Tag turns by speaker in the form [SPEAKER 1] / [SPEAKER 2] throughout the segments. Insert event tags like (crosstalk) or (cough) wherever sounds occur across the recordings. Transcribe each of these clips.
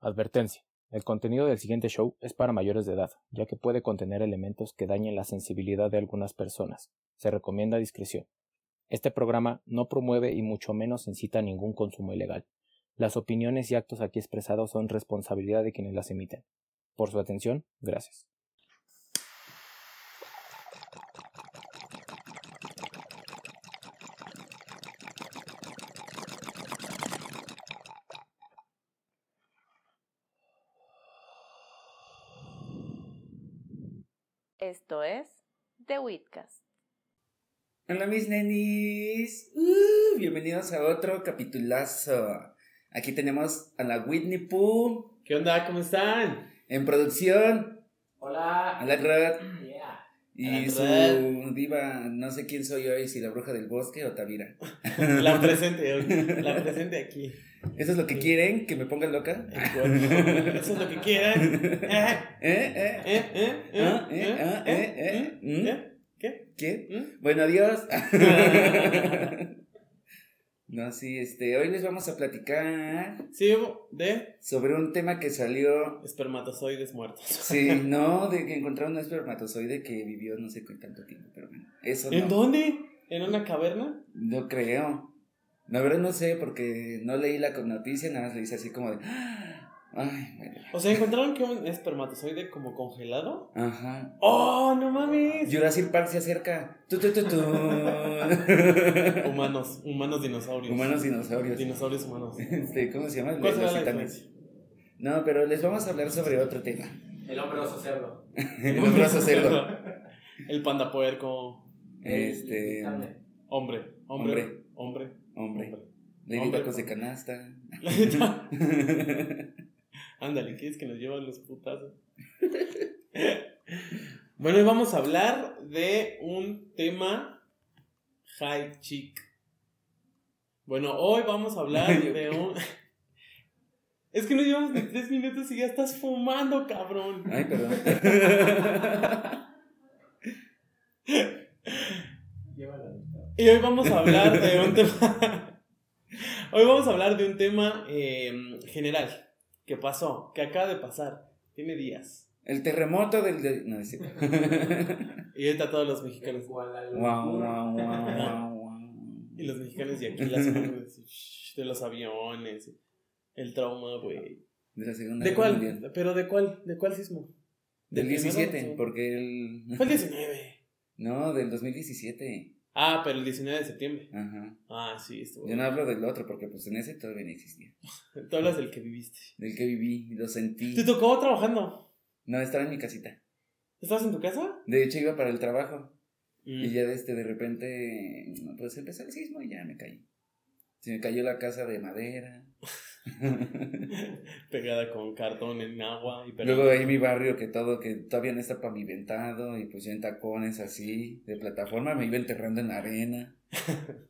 [SPEAKER 1] Advertencia. El contenido del siguiente show es para mayores de edad, ya que puede contener elementos que dañen la sensibilidad de algunas personas. Se recomienda discreción. Este programa no promueve y mucho menos incita a ningún consumo ilegal. Las opiniones y actos aquí expresados son responsabilidad de quienes las emiten. Por su atención, gracias.
[SPEAKER 2] Esto es The Witcast.
[SPEAKER 3] Hola mis nenis, Uh, bienvenidos a otro capitulazo. Aquí tenemos a la Whitney Pooh
[SPEAKER 4] ¿Qué onda? ¿Cómo están?
[SPEAKER 3] en producción, a
[SPEAKER 4] Hola.
[SPEAKER 3] la Rod
[SPEAKER 4] Yeah.
[SPEAKER 3] y
[SPEAKER 4] A la
[SPEAKER 3] su diva, no sé quién soy hoy, si la bruja del bosque o Tavira.
[SPEAKER 4] La presente, hoy. la presente aquí.
[SPEAKER 3] (laughs) ¿Eso es lo que quieren? ¿Que me ponga
[SPEAKER 4] (laughs)
[SPEAKER 3] loca?
[SPEAKER 4] Eso es lo que quieran. Eh,
[SPEAKER 3] ¿Eh? ¿Eh?
[SPEAKER 4] eh, eh, eh,
[SPEAKER 3] Ah, eh, ah, eh, eh, mm.
[SPEAKER 4] eh, ¿Qué?
[SPEAKER 3] ¿Qué?
[SPEAKER 4] ¿Mm?
[SPEAKER 3] Bueno, adiós. (laughs) No, sí, este, hoy les vamos a platicar
[SPEAKER 4] Sí, hubo de
[SPEAKER 3] sobre un tema que salió
[SPEAKER 4] espermatozoides muertos.
[SPEAKER 3] Sí, no, de que encontraron un espermatozoide que vivió no sé qué tanto tiempo, pero bueno, eso
[SPEAKER 4] ¿En
[SPEAKER 3] no,
[SPEAKER 4] dónde? ¿En una caverna?
[SPEAKER 3] no creo. La verdad no sé, porque no leí la con- noticia, nada más le hice así como de... ¡ah! Ay, bueno.
[SPEAKER 4] O sea, encontraron que un espermatozoide como congelado.
[SPEAKER 3] Ajá.
[SPEAKER 4] ¡Oh, no mames!
[SPEAKER 3] Jurassic Park se acerca. Tu, tu, tu, tu.
[SPEAKER 4] (laughs) Humanos, humanos dinosaurios.
[SPEAKER 3] Humanos dinosaurios.
[SPEAKER 4] Dinosaurios humanos.
[SPEAKER 3] Este, ¿Cómo se llama?
[SPEAKER 4] ¿Cuál será
[SPEAKER 3] Los
[SPEAKER 4] la
[SPEAKER 3] titanes.
[SPEAKER 4] diferencia?
[SPEAKER 3] No, pero les vamos a hablar sobre otro tema.
[SPEAKER 1] El hombre oso
[SPEAKER 3] (laughs)
[SPEAKER 1] cerdo.
[SPEAKER 3] Los brazos cerdo.
[SPEAKER 4] (laughs) El panda puerco.
[SPEAKER 3] Este...
[SPEAKER 4] Hombre, hombre, hombre,
[SPEAKER 3] Hombre.
[SPEAKER 4] hombre.
[SPEAKER 3] Lady
[SPEAKER 4] Hombre.
[SPEAKER 3] Tacos de Canasta. (laughs)
[SPEAKER 4] La neta. (laughs) Ándale, ¿quieres que nos llevan los putazos? (laughs) bueno, hoy vamos a hablar de un tema high chic. Bueno, hoy vamos a hablar de un. (laughs) Es que no llevamos ni tres minutos y ya estás fumando, cabrón.
[SPEAKER 3] Ay, perdón.
[SPEAKER 4] (laughs) Y hoy vamos a hablar de un tema. (laughs) hoy vamos a hablar de un tema eh, general que pasó, que acaba de pasar. Tiene días.
[SPEAKER 3] El terremoto del... del- No, es cierto. (laughs)
[SPEAKER 4] Y ahorita todos los mexicanos.
[SPEAKER 3] Guau, guau, guau, guau, guau.
[SPEAKER 4] (laughs) Y los mexicanos y aquí las manos, shh, de los aviones. El trauma, güey.
[SPEAKER 3] De la Segunda
[SPEAKER 4] ¿De
[SPEAKER 3] Guerra
[SPEAKER 4] cuál?
[SPEAKER 3] Mundial.
[SPEAKER 4] ¿Pero de cuál? ¿De cuál sismo?
[SPEAKER 3] Del
[SPEAKER 4] primero?
[SPEAKER 3] 17, porque el... (laughs)
[SPEAKER 4] Fue el 19.
[SPEAKER 3] No, del 2017.
[SPEAKER 4] Ah, pero el 19 de septiembre.
[SPEAKER 3] Ajá.
[SPEAKER 4] Ah, sí, estuvo.
[SPEAKER 3] Yo no hablo del otro, porque pues en ese todavía no existía.
[SPEAKER 4] Tú hablas del que viviste.
[SPEAKER 3] Del que viví, lo sentí.
[SPEAKER 4] ¿Te tocó trabajando?
[SPEAKER 3] No, estaba en mi casita.
[SPEAKER 4] ¿Estabas en tu casa?
[SPEAKER 3] De hecho, iba para el trabajo.
[SPEAKER 4] Mm.
[SPEAKER 3] Y ya este, de repente, pues empezó el sismo y ya me caí. Se me cayó la casa de
[SPEAKER 4] (laughs)
[SPEAKER 3] madera.
[SPEAKER 4] Pegada con cartón en agua y pero
[SPEAKER 3] Luego ahí mi barrio que todo, que todavía no está pavimentado y pues yo en tacones así, de plataforma, me iba enterrando en la (laughs) arena.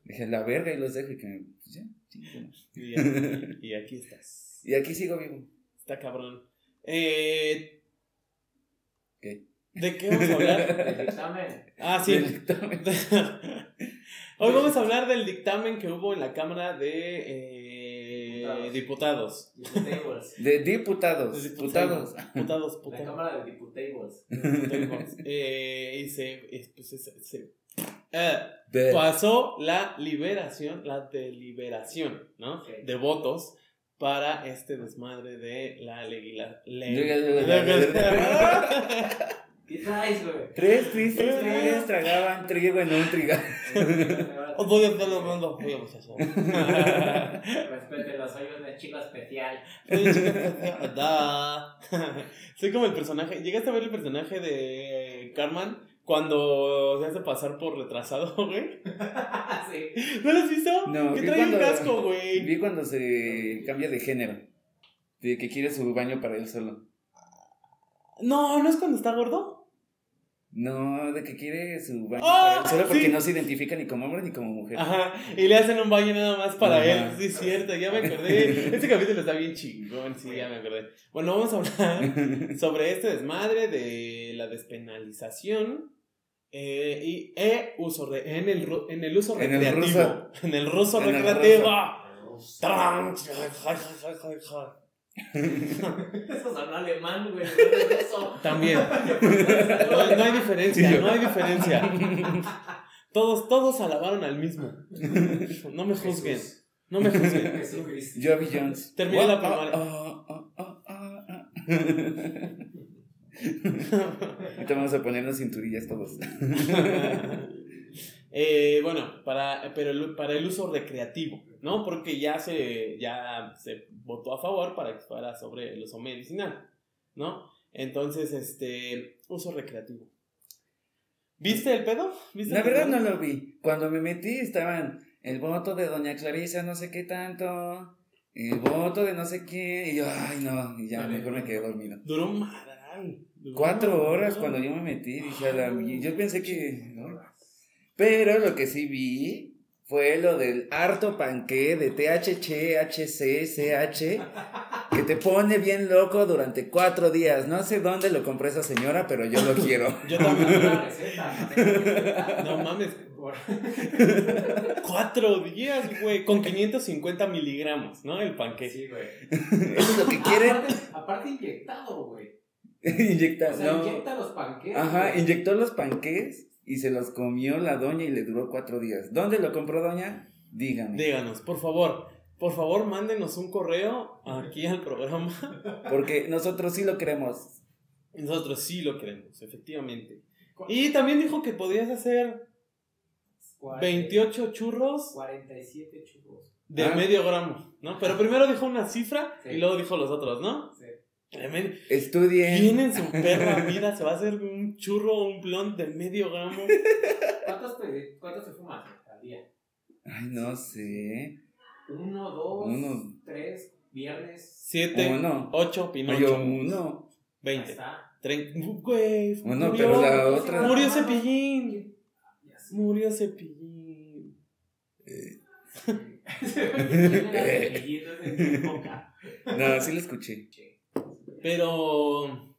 [SPEAKER 3] Dije, la verga y los dejo y que me... pues, ya, chinguemos.
[SPEAKER 4] Y, y- y aquí estás.
[SPEAKER 3] (laughs) Y aquí sigo vivo.
[SPEAKER 4] Está cabrón. Eh,
[SPEAKER 3] ¿Qué?
[SPEAKER 4] ¿De qué vamos
[SPEAKER 3] (laughs)
[SPEAKER 4] a hablar? Ah, sí. (laughs) Hoy vamos a hablar del dictamen que hubo en la Cámara de eh,
[SPEAKER 3] (laughs)
[SPEAKER 4] Diputados.
[SPEAKER 3] De diputados, diputados.
[SPEAKER 4] Diputados,
[SPEAKER 5] La
[SPEAKER 4] puta-
[SPEAKER 5] Cámara de
[SPEAKER 3] (laughs)
[SPEAKER 5] Diputables.
[SPEAKER 4] diputados. Eh, y se, es- pues, es- se- ah,
[SPEAKER 3] De-
[SPEAKER 4] pasó la liberación, la deliberación, ¿no?
[SPEAKER 5] Ok.
[SPEAKER 4] De votos para este desmadre de la leguila- le- (laughs)
[SPEAKER 3] Leguila-
[SPEAKER 5] ¿Qué traes,
[SPEAKER 3] (laughs)
[SPEAKER 5] güey?
[SPEAKER 3] Tres tristes tigres tragaban trigo en un (laughs) trigal.
[SPEAKER 4] Oh, voy a estar
[SPEAKER 5] (laughs)
[SPEAKER 4] hablando, voy a (laughs) muchacho.
[SPEAKER 5] Respétenlo, soy un chico especial. (laughs)
[SPEAKER 4] Da. (laughs) Soy como el personaje. ¿Llegaste a ver el personaje de Carmen cuando se hace pasar por retrasado, (laughs) güey?
[SPEAKER 5] sí.
[SPEAKER 4] ¿No lo has visto?
[SPEAKER 3] No,
[SPEAKER 4] que
[SPEAKER 3] vi
[SPEAKER 4] trae un
[SPEAKER 3] cuando-
[SPEAKER 4] casco, güey.
[SPEAKER 3] Vi cuando se cambia de género. De que quiere su baño para él solo.
[SPEAKER 4] No, no es cuando está gordo.
[SPEAKER 3] No, de que quiere su baño
[SPEAKER 4] Ah,
[SPEAKER 3] para él solo porque
[SPEAKER 4] sí.
[SPEAKER 3] no se identifica ni como hombre ni como mujer.
[SPEAKER 4] Ajá. Y le hacen un baño nada más para
[SPEAKER 3] Ajá.
[SPEAKER 4] él. Sí, es cierto, ya me
[SPEAKER 3] (laughs)
[SPEAKER 4] acordé. Este capítulo está bien chingón, sí, ya me acordé. Bueno, vamos a hablar (laughs)
[SPEAKER 3] (laughs)
[SPEAKER 4] sobre este desmadre de la despenalización eh, y e uso re- en, el, ru- en el uso
[SPEAKER 3] En el
[SPEAKER 4] recreativo.
[SPEAKER 3] ruso.
[SPEAKER 4] (laughs) En el ruso
[SPEAKER 3] En el
[SPEAKER 4] recreativo.
[SPEAKER 3] ruso.
[SPEAKER 4] Tarán, ja, ja, ja, ja, ja.
[SPEAKER 5] Eso sonó alemán, güey. Eso.
[SPEAKER 4] También. No, no hay diferencia, no hay diferencia. Todos, todos alabaron
[SPEAKER 3] (laughs)
[SPEAKER 4] al mismo. No me juzguen. No me juzguen.
[SPEAKER 5] Jesucristo.
[SPEAKER 3] Joby Jones.
[SPEAKER 4] Terminé la primaria.
[SPEAKER 3] Ah, ah, ah, ah, ah, (laughs) ah. Ahorita vamos a ponernos cinturillas todos.
[SPEAKER 4] (laughs) Eh, bueno, para, pero el- para el uso recreativo, ¿no? Porque ya se, ya se votó a favor para que fuera sobre el uso medicinal, ¿no? Entonces, este, uso recreativo. ¿Viste el pedo? ¿Viste
[SPEAKER 3] La
[SPEAKER 4] el
[SPEAKER 3] verdad
[SPEAKER 4] pedo?
[SPEAKER 3] no lo vi. Cuando me metí estaban el voto de doña Clarisa no sé qué tanto, el voto de no sé qué, y yo, ay no, y ya mejor me quedé dormido.
[SPEAKER 4] Duró madral. duró
[SPEAKER 3] Cuatro
[SPEAKER 4] madral.
[SPEAKER 3] horas cuando yo me metí, dije a la... Yo pensé que... ¿no? Pero lo que sí vi fue lo del harto panqué de THC, HC, CH, que te pone bien loco durante cuatro días. No sé dónde lo compró esa señora, pero yo lo quiero. (laughs)
[SPEAKER 4] Yo también.
[SPEAKER 5] Una receta.
[SPEAKER 4] No mames.
[SPEAKER 5] Por-
[SPEAKER 4] (laughs) Cuatro días, güey. Con 550 miligramos, ¿no? El
[SPEAKER 5] Que
[SPEAKER 4] panque.
[SPEAKER 5] sí, güey.
[SPEAKER 3] Eso es lo que quieren.
[SPEAKER 5] Aparte, aparte inyectado, güey.
[SPEAKER 3] Inyectar.
[SPEAKER 5] O sea,
[SPEAKER 3] no.
[SPEAKER 5] inyecta los panqueques.
[SPEAKER 3] Ajá,
[SPEAKER 5] güey.
[SPEAKER 3] inyectó los panqués y se los comió la doña y le duró cuatro días. ¿Dónde lo compró doña? Dígame.
[SPEAKER 4] Díganos, por favor. Por favor, mándenos un correo aquí al programa. (laughs)
[SPEAKER 3] Porque nosotros sí lo queremos.
[SPEAKER 4] Nosotros sí lo creemos, efectivamente. Y también dijo que podías hacer
[SPEAKER 5] Cuarenta-
[SPEAKER 4] 28 churros
[SPEAKER 5] 47 churros.
[SPEAKER 4] de
[SPEAKER 3] Ah.
[SPEAKER 4] medio gramo, ¿no? Pero primero dijo una cifra
[SPEAKER 5] Sí.
[SPEAKER 4] y luego dijo los otros, ¿no?
[SPEAKER 5] Sí.
[SPEAKER 4] Tremendo.
[SPEAKER 3] Estudien.
[SPEAKER 4] ¿Quién en su perra vida se va a hacer un churro o un blond de medio gramo?
[SPEAKER 5] ¿Cuántos te, cuántos te fumas al día?
[SPEAKER 3] Ay, no sé.
[SPEAKER 5] Uno, dos,
[SPEAKER 3] Uno.
[SPEAKER 5] tres, viernes.
[SPEAKER 4] Siete,
[SPEAKER 3] Uno.
[SPEAKER 4] ocho,
[SPEAKER 3] Yo
[SPEAKER 4] pinocho,
[SPEAKER 3] uno.
[SPEAKER 5] Ahí
[SPEAKER 4] veinte,
[SPEAKER 5] está.
[SPEAKER 4] treinta. Güey,
[SPEAKER 3] Uno,
[SPEAKER 4] murió.
[SPEAKER 3] pero la otra.
[SPEAKER 4] Murió Cepillín.
[SPEAKER 5] Ya sé. (laughs)
[SPEAKER 4] Murió Cepillín. (laughs)
[SPEAKER 3] No, sí lo escuché.
[SPEAKER 4] Pero.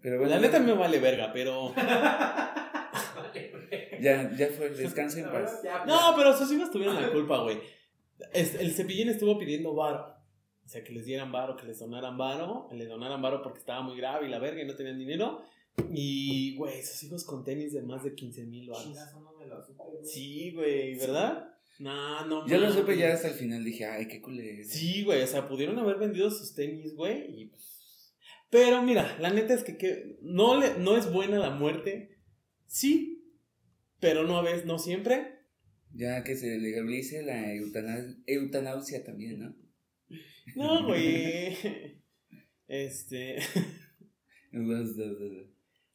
[SPEAKER 3] Pero bueno.
[SPEAKER 4] La neta me vale verga, pero.
[SPEAKER 3] Ya, ya
[SPEAKER 4] (laughs)
[SPEAKER 3] fue. Descansa en paz.
[SPEAKER 4] No, pues, pero sus hijos tuvieron la culpa, güey. Es- el cepillín estuvo pidiendo varo. O sea, que les dieran varo, que les donaran varo. Le donaran varo porque estaba muy grave y la verga y no tenían dinero. Y, güey, sus hijos con tenis de más de 15 mil varos.
[SPEAKER 5] (laughs)
[SPEAKER 4] Sí, güey, ¿verdad? No, no.
[SPEAKER 3] Yo lo
[SPEAKER 4] mames.
[SPEAKER 3] supe ya hasta el final. Dije, ay, qué culé.
[SPEAKER 4] Sí, güey, o sea, pudieron haber vendido sus tenis, güey. y, pues, Pero mira, la neta es que, que no, le, no es buena la muerte. Sí, pero no a veces, no siempre.
[SPEAKER 3] Ya que se legalice la eutana- eutanausia también, ¿no?
[SPEAKER 4] No, güey. Este. (laughs)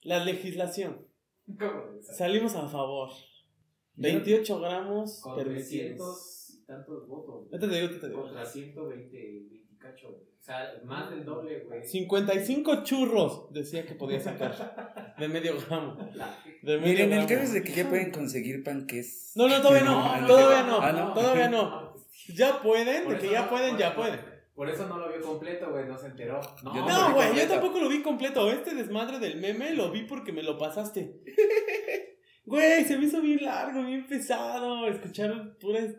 [SPEAKER 4] La legislación. Salimos a favor. 28 gramos
[SPEAKER 5] Con
[SPEAKER 4] permitidos.
[SPEAKER 5] 300 y tantos votos.
[SPEAKER 4] Ya te digo, ya te digo.
[SPEAKER 5] Contra 120 y cacho, güey. O sea, más del doble, güey.
[SPEAKER 4] 55 churros decía que podía sacar. De medio gramo. De medio
[SPEAKER 3] Miren, el
[SPEAKER 4] gramo.
[SPEAKER 3] caso es de que ya pueden conseguir panques.
[SPEAKER 4] No, no, todavía no.
[SPEAKER 3] No, no,
[SPEAKER 4] todavía
[SPEAKER 5] no.
[SPEAKER 4] no.
[SPEAKER 3] Ah, no.
[SPEAKER 4] Todavía
[SPEAKER 5] (laughs)
[SPEAKER 4] no. Ya pueden, de que ya pueden, ya pueden.
[SPEAKER 5] Por eso no lo vio completo, güey, no se enteró. No,
[SPEAKER 3] Yo
[SPEAKER 4] No, güey, yo
[SPEAKER 3] completo.
[SPEAKER 4] tampoco lo vi completo. Este desmadre del meme lo vi porque me lo pasaste. (laughs) Güey, se me hizo bien largo, bien pesado. Escucharon puras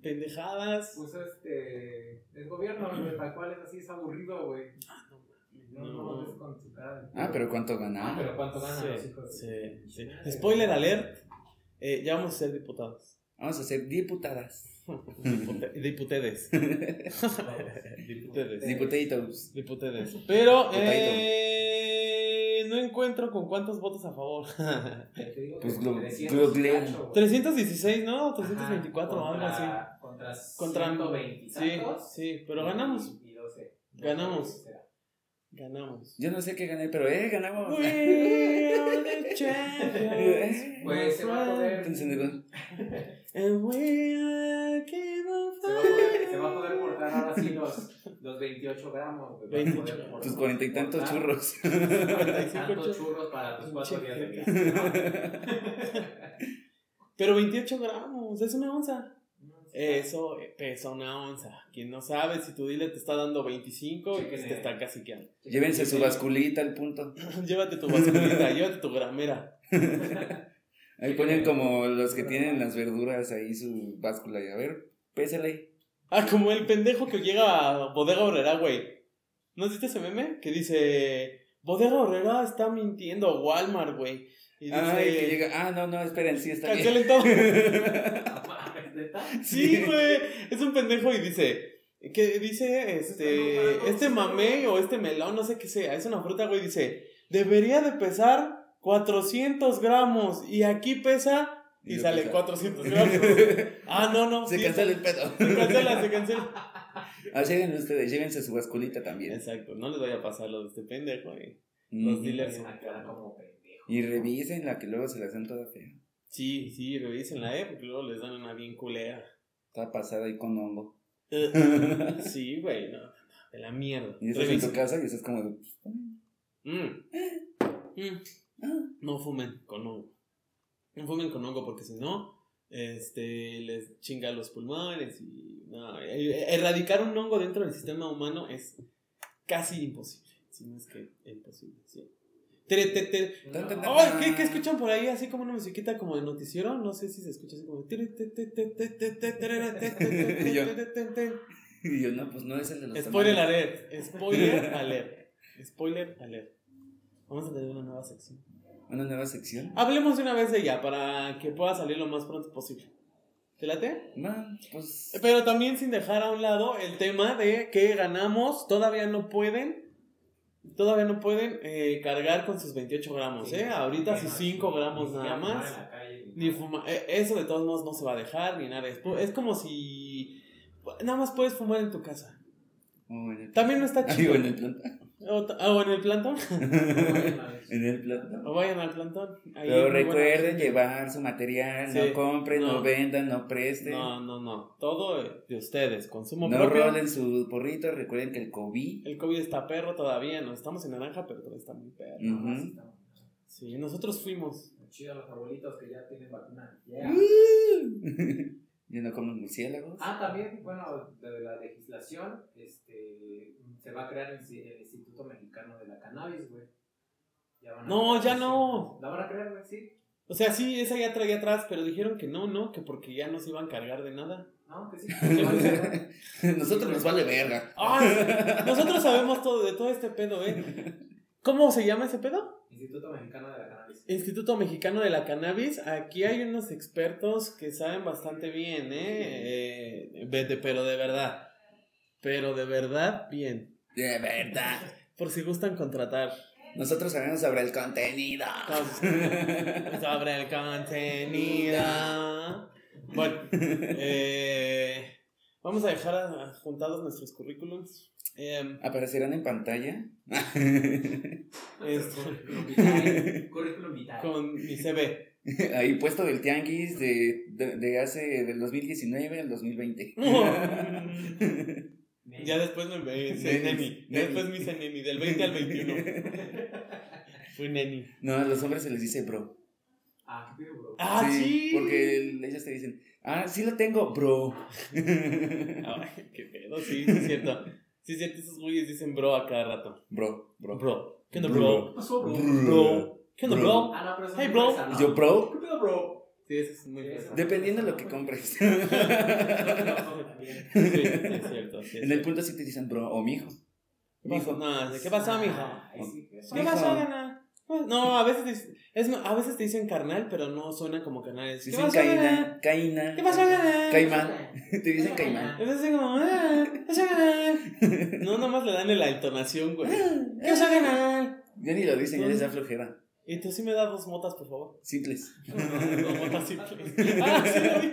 [SPEAKER 4] pendejadas.
[SPEAKER 5] Puso este. El gobierno, güey, tal cual es así, es aburrido, güey.
[SPEAKER 4] Ah,
[SPEAKER 5] No, no, es con su cara de-
[SPEAKER 3] Ah, pero ¿cuánto
[SPEAKER 5] Ah,
[SPEAKER 3] ganamos?
[SPEAKER 5] pero ¿cuánto ganan los
[SPEAKER 4] Sí,
[SPEAKER 5] hijos?
[SPEAKER 4] sí, sí. Spoiler alert. eh, ya vamos a ser diputados.
[SPEAKER 3] Vamos a ser diputadas.
[SPEAKER 4] (laughs) Dipute- Diputedes. Diputedes.
[SPEAKER 3] Diputaditos.
[SPEAKER 4] Diputedes. Pero
[SPEAKER 3] Diputadito.
[SPEAKER 4] eh, no encuentro con cuántos votos a favor. (laughs)
[SPEAKER 3] Pues
[SPEAKER 5] Pues
[SPEAKER 3] glo-
[SPEAKER 5] lo
[SPEAKER 3] globleen.
[SPEAKER 4] 316, ¿no? 324, algo así.
[SPEAKER 5] Contra,
[SPEAKER 4] Contra-
[SPEAKER 5] 120 y
[SPEAKER 4] Sí,
[SPEAKER 5] tantos,
[SPEAKER 4] sí, pero
[SPEAKER 5] y-
[SPEAKER 4] ganamos.
[SPEAKER 5] y 12.
[SPEAKER 4] Ganamos. Ganamos.
[SPEAKER 3] Yo no sé qué gané, pero eh, ganamos.
[SPEAKER 5] (laughs)
[SPEAKER 4] We are the champions.
[SPEAKER 3] Eh,
[SPEAKER 5] Pues se va a poder.
[SPEAKER 3] (laughs) entonces, digo,
[SPEAKER 4] And we are king of
[SPEAKER 5] Se va a poder- se va a poder cortar ahora sí los, los 28 gramos. güey, va a poder
[SPEAKER 4] 28.
[SPEAKER 5] cortar-
[SPEAKER 3] Tus cuarenta y
[SPEAKER 4] Ah.
[SPEAKER 3] tantos
[SPEAKER 4] (laughs)
[SPEAKER 5] cortar
[SPEAKER 3] churros. (laughs)
[SPEAKER 5] Tantos churros para tus cuatro días de vida.
[SPEAKER 4] Pero 28 gramos, es una onza.
[SPEAKER 5] (laughs)
[SPEAKER 4] Eso eh, pesa una onza. Quien no sabe si tu dealer te está dando 25,
[SPEAKER 5] Chequen
[SPEAKER 4] pues
[SPEAKER 5] el-
[SPEAKER 4] te está casi que.
[SPEAKER 3] Llévense su basculita al punto.
[SPEAKER 4] (laughs) Llévate tu basculita, llévate tu gramera.
[SPEAKER 3] Ahí ponen como los que tienen las verduras ahí su báscula. Y a ver, pésale.
[SPEAKER 4] Ah, como el pendejo que llega a Bodega Obrera, güey. ¿No has visto ese meme? Que dice, Bodega Herrera está mintiendo a Walmart, güey. Y dice,
[SPEAKER 3] Ay, que llega. Ah, no, no, esperen, sí, está bien. (laughs)
[SPEAKER 4] cancelen todo.
[SPEAKER 5] ¿Neta?
[SPEAKER 4] Sí, güey. Es un pendejo y dice. Que dice, este. Este mamey o este melón, no sé qué sea. Es una fruta, güey. Dice. Debería de pesar 400 gramos. Y aquí pesa.
[SPEAKER 3] Y
[SPEAKER 4] Y
[SPEAKER 3] lo
[SPEAKER 4] sale
[SPEAKER 3] pesa.
[SPEAKER 4] 400 gramos.
[SPEAKER 3] (laughs)
[SPEAKER 4] Ah, no, no.
[SPEAKER 3] Se
[SPEAKER 4] sí,
[SPEAKER 3] cancela el pedo.
[SPEAKER 4] Se cancela, se cancela.
[SPEAKER 3] (laughs) Así ven ustedes, llévense su basculita también.
[SPEAKER 4] Exacto. No les vaya a pasar lo de este pendejo, güey. Los
[SPEAKER 3] Ujú.
[SPEAKER 4] dealers.
[SPEAKER 5] Tiene una cara como pendejo.
[SPEAKER 3] Y revisen la que luego se la hacen toda fea.
[SPEAKER 4] Sí, sí, revísenla, eh. Porque luego les dan una
[SPEAKER 3] (laughs)
[SPEAKER 4] bien culera.
[SPEAKER 3] Está pasada ahí con hongo.
[SPEAKER 4] Eh, sí, güey, no. no, De la mierda.
[SPEAKER 3] Y estás en tu
[SPEAKER 4] Revisen.
[SPEAKER 3] casa y estás como de. "Pues,
[SPEAKER 4] Mm. Mm.
[SPEAKER 3] Ah.
[SPEAKER 4] No fumen con hongo. No fumen con hongo porque si no, este, les chinga los pulmones y no, eh, erradicar un hongo dentro del sistema humano es casi imposible. Si no es que imposible, sí. Tere, te, te.
[SPEAKER 3] Tan, tan, tan.
[SPEAKER 4] Ay, ¿qué, qué escuchan por ahí? Así como una musiquita como de noticiero. No sé si se escucha así como. tere, te, te, te, te, te, te, terera, te, te, te,
[SPEAKER 3] Yo.
[SPEAKER 4] te, te, te, te.
[SPEAKER 3] Y yo, no, pues no es el de los.
[SPEAKER 4] Spoiler
[SPEAKER 3] tamales.
[SPEAKER 4] alert. Spoiler alert. Spoiler alert. Vamos a tener una nueva sección.
[SPEAKER 3] Una nueva sección.
[SPEAKER 4] Hablemos de una vez de ella para que pueda salir lo más pronto posible. ¿Te late?
[SPEAKER 3] Man, pues.
[SPEAKER 4] Pero también sin dejar a un lado el tema de que ganamos, todavía no pueden, todavía no pueden eh, cargar con sus 28 gramos, ¿eh? Ahorita sus 5 gramos nada más. Ni fuma- eh, eso de todos modos no se va a dejar ni nada. Es, pu- es como si nada más puedes fumar en tu casa.
[SPEAKER 3] oh, en el-
[SPEAKER 4] También no está
[SPEAKER 3] Ah,
[SPEAKER 4] chido.
[SPEAKER 3] (laughs) digo, en el plantón.
[SPEAKER 4] O, t- ah, o en el plantón. (laughs)
[SPEAKER 3] en el plantón.
[SPEAKER 4] O vayan al plantón.
[SPEAKER 3] Pero
[SPEAKER 4] Ahí es muy buena
[SPEAKER 3] recuerden
[SPEAKER 4] gente.
[SPEAKER 3] llevar su material,
[SPEAKER 4] Sí.
[SPEAKER 3] no compren, no,
[SPEAKER 4] No.
[SPEAKER 3] vendan, no presten, no,
[SPEAKER 4] No, no, no. Todo de ustedes. Consumo propio.
[SPEAKER 3] rolen su porrito, recuerden que el COVID
[SPEAKER 4] El COVID está perro todavía. No estamos en naranja, pero todavía está muy perro.
[SPEAKER 3] Ujú.
[SPEAKER 4] Sí, nosotros fuimos.
[SPEAKER 5] Chido los abuelitos que ya tienen vacuna. Yeah.
[SPEAKER 4] (laughs)
[SPEAKER 3] ¡Uh! Yo no como murciélagos. (laughs)
[SPEAKER 5] Ah, también, bueno, de la legislación, este, se va a crear el, si- el Instituto Mexicano de la Cannabis, güey. Ya van a-
[SPEAKER 4] No, ya no.
[SPEAKER 5] La van a crear, güey, sí.
[SPEAKER 4] O sea, sí, esa ya traía atrás, pero dijeron que no, no, que porque ya no se iban a cargar de nada.
[SPEAKER 5] No, que sí.
[SPEAKER 4] pues,
[SPEAKER 3] Nosotros nos vale verga. (laughs)
[SPEAKER 4] ¡Ah! Nosotros sabemos todo de todo este pedo, ¿eh? ¿Cómo se llama ese pedo?
[SPEAKER 5] Instituto Mexicano de la Cannabis.
[SPEAKER 4] Instituto Mexicano de la Cannabis. Aquí hay unos expertos que saben bastante bien, ¿eh? Eh, vete, pero de verdad. Pero de verdad, bien.
[SPEAKER 3] De verdad.
[SPEAKER 4] Por si gustan contratar. (laughs)
[SPEAKER 3] Nosotros sabemos sobre el contenido.
[SPEAKER 4] Sobre el contenido. Bueno, eh, vamos a dejar a- a- juntados nuestros currículums. Em,
[SPEAKER 3] ¿Aparecerán en pantalla? (laughs)
[SPEAKER 4] este,
[SPEAKER 5] Currículum vitae. Currículum vitae.
[SPEAKER 4] con mi CV.
[SPEAKER 3] Ahí puesto del tianguis de, de, de hace del 2019 al 2020.
[SPEAKER 4] ya después me, eh, me hice
[SPEAKER 3] Neni.
[SPEAKER 4] neni. Ya Después me hice neni, del 20 al 21. Fui neni.
[SPEAKER 3] (laughs) No, a los hombres se les dice bro.
[SPEAKER 5] Ah, qué pedo, bro.
[SPEAKER 4] ¡Ah, sí!
[SPEAKER 3] Porque el- ellos te dicen, ah, sí lo tengo,
[SPEAKER 4] (laughs)
[SPEAKER 3] bro.
[SPEAKER 4] Ay, qué pedo, sí, sí es cierto. Sí es cierto, esos güeyes dicen bro a cada rato.
[SPEAKER 3] bro, bro.
[SPEAKER 4] Bro. ¿Qué onda,
[SPEAKER 5] ¿Qué
[SPEAKER 4] bro?
[SPEAKER 5] pasó, bro?
[SPEAKER 4] Bro. ¿Qué onda, bro?
[SPEAKER 5] Ah, no, pero eso
[SPEAKER 4] Hey,
[SPEAKER 5] no
[SPEAKER 4] bro.
[SPEAKER 5] interesa, ¿no?
[SPEAKER 3] Yo, bro,
[SPEAKER 5] ¿Qué pedo, bro?
[SPEAKER 4] Sí, eso es muy fresa.
[SPEAKER 3] dependiendo
[SPEAKER 4] (laughs)
[SPEAKER 3] de lo que compres.
[SPEAKER 5] También.
[SPEAKER 4] Sí, sí, es cierto. sí
[SPEAKER 3] (laughs) en
[SPEAKER 4] es
[SPEAKER 3] el
[SPEAKER 4] cierto.
[SPEAKER 3] punto sí te dicen bro o mijo. Mijo.
[SPEAKER 4] No, ¿de ¿qué pasó, mija?
[SPEAKER 5] Ay, sí, pues. qué
[SPEAKER 4] ¿Qué
[SPEAKER 5] pasó.
[SPEAKER 3] Mijo.
[SPEAKER 4] pasó, nana? No, a veces, te, dic- es, ma- a veces te dicen carnal, pero no suena como carnal. Es, ¿Qué
[SPEAKER 3] Dicen
[SPEAKER 4] pasó,
[SPEAKER 3] caína,
[SPEAKER 4] nana?
[SPEAKER 3] caína.
[SPEAKER 4] ¿Qué pasó, nana?
[SPEAKER 3] Caimán. (laughs) Te dicen caimán.
[SPEAKER 4] Es así como, ah, ¿qué pasó, nana? No, nomás le dan la
[SPEAKER 3] (laughs)
[SPEAKER 4] entonación, güey. ¿Qué pasó, carnal?
[SPEAKER 3] Ya ni lo dicen, ya les da flojera.
[SPEAKER 4] Y tú sí me das dos motas, por favor. (laughs)
[SPEAKER 3] Simples. (laughs)
[SPEAKER 4] Dos motas simples. (laughs) Ah, sí, lo vi.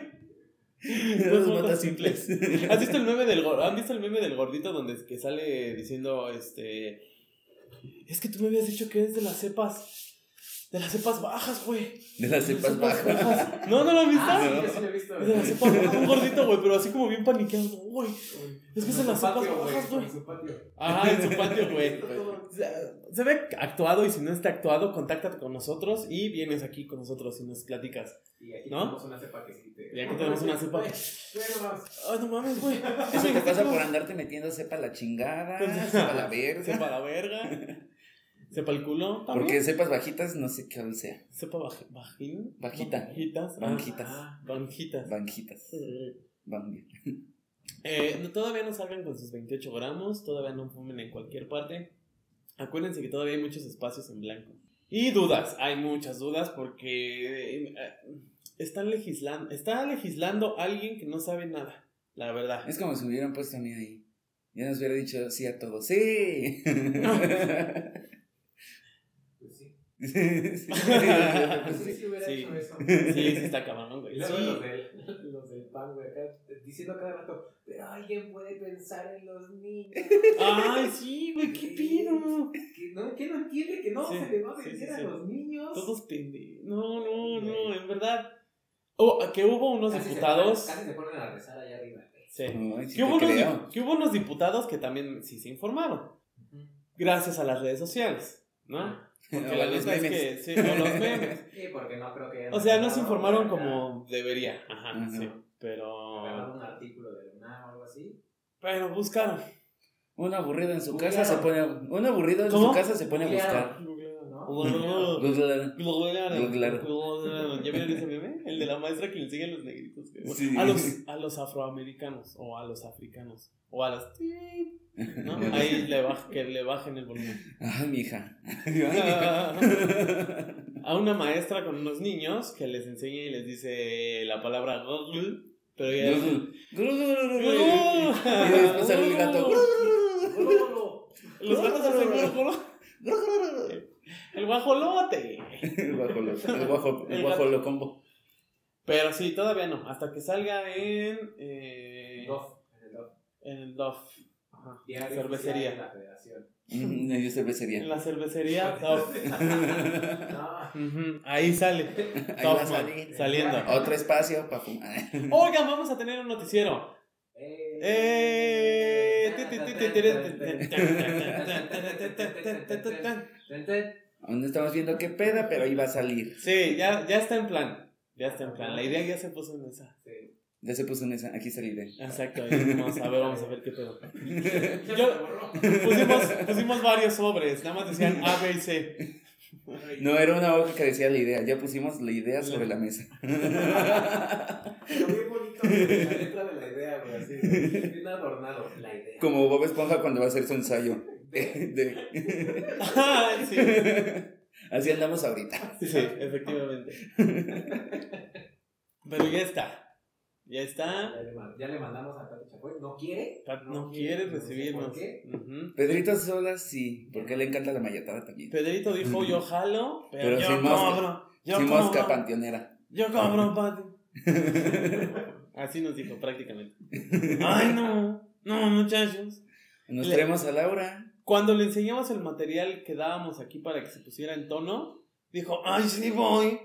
[SPEAKER 3] Dos botas
[SPEAKER 4] (laughs)
[SPEAKER 3] simples.
[SPEAKER 4] ¿Has visto el meme del gor- ¿Han visto el meme del gordito donde que sale diciendo este es que tú me habías dicho que eres de las cepas de las cepas bajas, güey?
[SPEAKER 3] De las
[SPEAKER 4] De las
[SPEAKER 3] cepas
[SPEAKER 4] cepas (laughs)
[SPEAKER 3] bajas.
[SPEAKER 4] bajas. No, no lo viste.
[SPEAKER 5] Ah,
[SPEAKER 3] ¿no?
[SPEAKER 5] sí, yo sí lo he visto.
[SPEAKER 4] Es de las cepas bajas, un gordito, güey, pero así como bien paniqueado, no, güey. Es que es
[SPEAKER 5] En
[SPEAKER 4] de
[SPEAKER 5] su
[SPEAKER 4] las cepas
[SPEAKER 5] patio,
[SPEAKER 4] bajas, güey.
[SPEAKER 5] En su patio.
[SPEAKER 4] Ajá, en su patio, güey.
[SPEAKER 5] Todo.
[SPEAKER 4] Se- Se ve actuado y si no está actuado, contáctate con nosotros y vienes aquí con nosotros y nos platicas.
[SPEAKER 5] Y aquí
[SPEAKER 4] ¿No?
[SPEAKER 5] tenemos una cepa que sí te-
[SPEAKER 4] Y aquí tenemos una cepa.
[SPEAKER 5] Güey, güey, no mames.
[SPEAKER 4] Ay, no mames, güey.
[SPEAKER 3] Eso te pasa por andarte metiendo cepa la chingada,
[SPEAKER 4] Pues,
[SPEAKER 3] cepa
[SPEAKER 4] (laughs)
[SPEAKER 3] la verga.
[SPEAKER 4] Sepa la verga. Sepa el culo. También.
[SPEAKER 3] Porque cepas bajitas no sé qué sea.
[SPEAKER 4] Sepa baj- bajín.
[SPEAKER 3] Bajita.
[SPEAKER 4] Bajitas.
[SPEAKER 3] Banjitas.
[SPEAKER 4] Ah, banjitas.
[SPEAKER 3] Banjitas.
[SPEAKER 4] Eh,
[SPEAKER 3] Banjitas.
[SPEAKER 4] Eh, no- todavía no salgan con sus 28 gramos, todavía no fumen en cualquier parte. Acuérdense que todavía hay muchos espacios en blanco. Y dudas, hay muchas dudas porque eh, están legislando, está legislando alguien que no sabe nada, la verdad.
[SPEAKER 3] Es como si hubieran puesto a mí ahí. Ya nos hubiera dicho sí a todos.
[SPEAKER 4] (laughs)
[SPEAKER 3] ¡Sí!
[SPEAKER 5] Pues
[SPEAKER 4] (laughs)
[SPEAKER 5] sí.
[SPEAKER 3] Sí.
[SPEAKER 5] Pues sí, sí hubiera
[SPEAKER 4] Sí.
[SPEAKER 5] hecho eso.
[SPEAKER 4] Sí, sí está cabrón, güey.
[SPEAKER 5] Y luego
[SPEAKER 4] Sí.
[SPEAKER 5] los, del, (laughs) los del pan, güey, acá eh, diciendo a cada rato, pero alguien puede pensar en los
[SPEAKER 4] (laughs)
[SPEAKER 5] niños.
[SPEAKER 4] Ay, sí, güey, qué pido.
[SPEAKER 5] Que no, que no entiende que no
[SPEAKER 4] Sí,
[SPEAKER 5] se le va a
[SPEAKER 4] sí, sí,
[SPEAKER 5] vencer a
[SPEAKER 4] sí.
[SPEAKER 5] los niños.
[SPEAKER 4] Todos pendejos. No, no, no, en verdad. Oh, que hubo unos
[SPEAKER 5] Casi se-
[SPEAKER 4] diputados.
[SPEAKER 5] casi se ponen a rezar allá arriba. güey.
[SPEAKER 4] Sí.
[SPEAKER 3] Ay, sí
[SPEAKER 4] que,
[SPEAKER 3] te
[SPEAKER 4] hubo unos,
[SPEAKER 3] creo.
[SPEAKER 4] que hubo unos diputados que también sí se informaron. Gracias a las redes sociales, ¿no? Porque
[SPEAKER 3] O
[SPEAKER 4] la
[SPEAKER 3] a Ah, los
[SPEAKER 4] neta es
[SPEAKER 3] memes.
[SPEAKER 4] que. Sí, o los
[SPEAKER 3] (laughs)
[SPEAKER 4] memes.
[SPEAKER 5] Sí, porque no creo que hayan
[SPEAKER 4] O sea, no se
[SPEAKER 5] agarrado
[SPEAKER 4] informaron
[SPEAKER 5] acá-
[SPEAKER 4] como debería. Ajá,
[SPEAKER 3] Ajá.
[SPEAKER 4] sí.
[SPEAKER 5] agarrado
[SPEAKER 4] Pero.
[SPEAKER 5] un artículo de una o algo así.
[SPEAKER 4] Pero buscaron.
[SPEAKER 3] Un aburrido en su
[SPEAKER 5] Googlearon.
[SPEAKER 3] casa se pone a, un aburrido en
[SPEAKER 4] ¿Cómo? Pues,
[SPEAKER 3] su casa se pone a buscar.
[SPEAKER 5] Googlearon, googlearon, ¿no?
[SPEAKER 4] Googlearon.
[SPEAKER 3] Googlearon.
[SPEAKER 4] Googlearon.
[SPEAKER 3] Googlearon.
[SPEAKER 4] Googlearon. ¿Ya vieron ese meme? El de la maestra que le siguen los negritos. güey.
[SPEAKER 3] Sí.
[SPEAKER 4] A, los, a los afroamericanos o a los africanos o a los... ¿no? Ahí le baj- que le bajen el volumen.
[SPEAKER 3] Ay, mija. Ay, mija.
[SPEAKER 4] a una maestra con unos niños que les enseña y les dice la palabra Google, pero ella dice,
[SPEAKER 3] Google. Google.
[SPEAKER 4] "Google".
[SPEAKER 3] Y después sale el gato.
[SPEAKER 5] Googlearon.
[SPEAKER 4] Los gatos hacen guajolo- El guajolote.
[SPEAKER 3] El guajo loco. El guajo, el
[SPEAKER 4] El
[SPEAKER 3] guajo
[SPEAKER 4] gato.
[SPEAKER 3] lo combo.
[SPEAKER 4] Pero sí, todavía no. Hasta que salga en. eh,
[SPEAKER 5] Dof, en el Dof.
[SPEAKER 4] En el Dof. Ajá.
[SPEAKER 5] Diario
[SPEAKER 4] cervecería.
[SPEAKER 5] oficial de la Federación.
[SPEAKER 3] Mm, Me dio
[SPEAKER 4] En
[SPEAKER 3] cervecería.
[SPEAKER 4] la
[SPEAKER 5] (laughs)
[SPEAKER 4] cervecería Dof.
[SPEAKER 5] No,
[SPEAKER 4] Ujú, Ahí sale.
[SPEAKER 3] Ahí va a
[SPEAKER 4] Dof,
[SPEAKER 3] salir.
[SPEAKER 4] saliendo.
[SPEAKER 3] eh. (laughs) Otro espacio para fumar.
[SPEAKER 4] Oigan, vamos a tener un noticiero. Eh, ti, ti, ti, ti, ti, ti, ti, ti, ti, ti, ti, ti, ti, ti.
[SPEAKER 3] Aún no estamos viendo qué peda, pero ahí va a salir.
[SPEAKER 4] Sí, ya, ya está en plan. Ya está en plan. La idea ya se puso en esa.
[SPEAKER 5] Sí.
[SPEAKER 3] Ya se puso en esa. Aquí está la idea.
[SPEAKER 4] Exacto. ahí Vamos a ver, vamos a ver qué pedo.
[SPEAKER 5] Ya
[SPEAKER 4] Yo-
[SPEAKER 5] se borró.
[SPEAKER 4] Pusimos, pusimos varios sobres. Nada más decían A, B y C.
[SPEAKER 3] No, era una hoja que decía la idea. Ya pusimos la idea sobre la mesa.
[SPEAKER 4] (laughs)
[SPEAKER 5] Pero bien bonito güey, la letra de la idea, güey, así, güey. bien adornado, la idea.
[SPEAKER 3] (laughs) Como Bob Esponja cuando va a hacer su ensayo.
[SPEAKER 5] De-
[SPEAKER 3] De-
[SPEAKER 4] Ay, sí.
[SPEAKER 3] (laughs) Así andamos ahorita.
[SPEAKER 4] Sí, sí, efectivamente. Pero ya está. Ya está.
[SPEAKER 5] Ya le, ma- ya le mandamos a Pati Chapoy, no quiere,
[SPEAKER 4] Kat No quiere
[SPEAKER 5] no sé
[SPEAKER 4] recibirnos.
[SPEAKER 5] por qué.
[SPEAKER 4] Ujú.
[SPEAKER 3] Pedrito Sola sí, porque le encanta la mayatada también.
[SPEAKER 4] Pedrito dijo yo jalo, pero,
[SPEAKER 3] Pero
[SPEAKER 4] yo
[SPEAKER 3] sin mosca.
[SPEAKER 4] cobro. Yo
[SPEAKER 3] Sin
[SPEAKER 4] cobro.
[SPEAKER 3] mosca
[SPEAKER 4] (laughs)
[SPEAKER 3] panteonera.
[SPEAKER 4] Yo cobro, Pati. Así nos dijo prácticamente. Ay, no. No, muchachos.
[SPEAKER 3] Nos
[SPEAKER 4] Le-
[SPEAKER 3] traemos a
[SPEAKER 4] (laughs)
[SPEAKER 3] Laura. (laughs)
[SPEAKER 4] Cuando le enseñamos el material que dábamos aquí para que se pusiera en tono, dijo, ay, sí voy.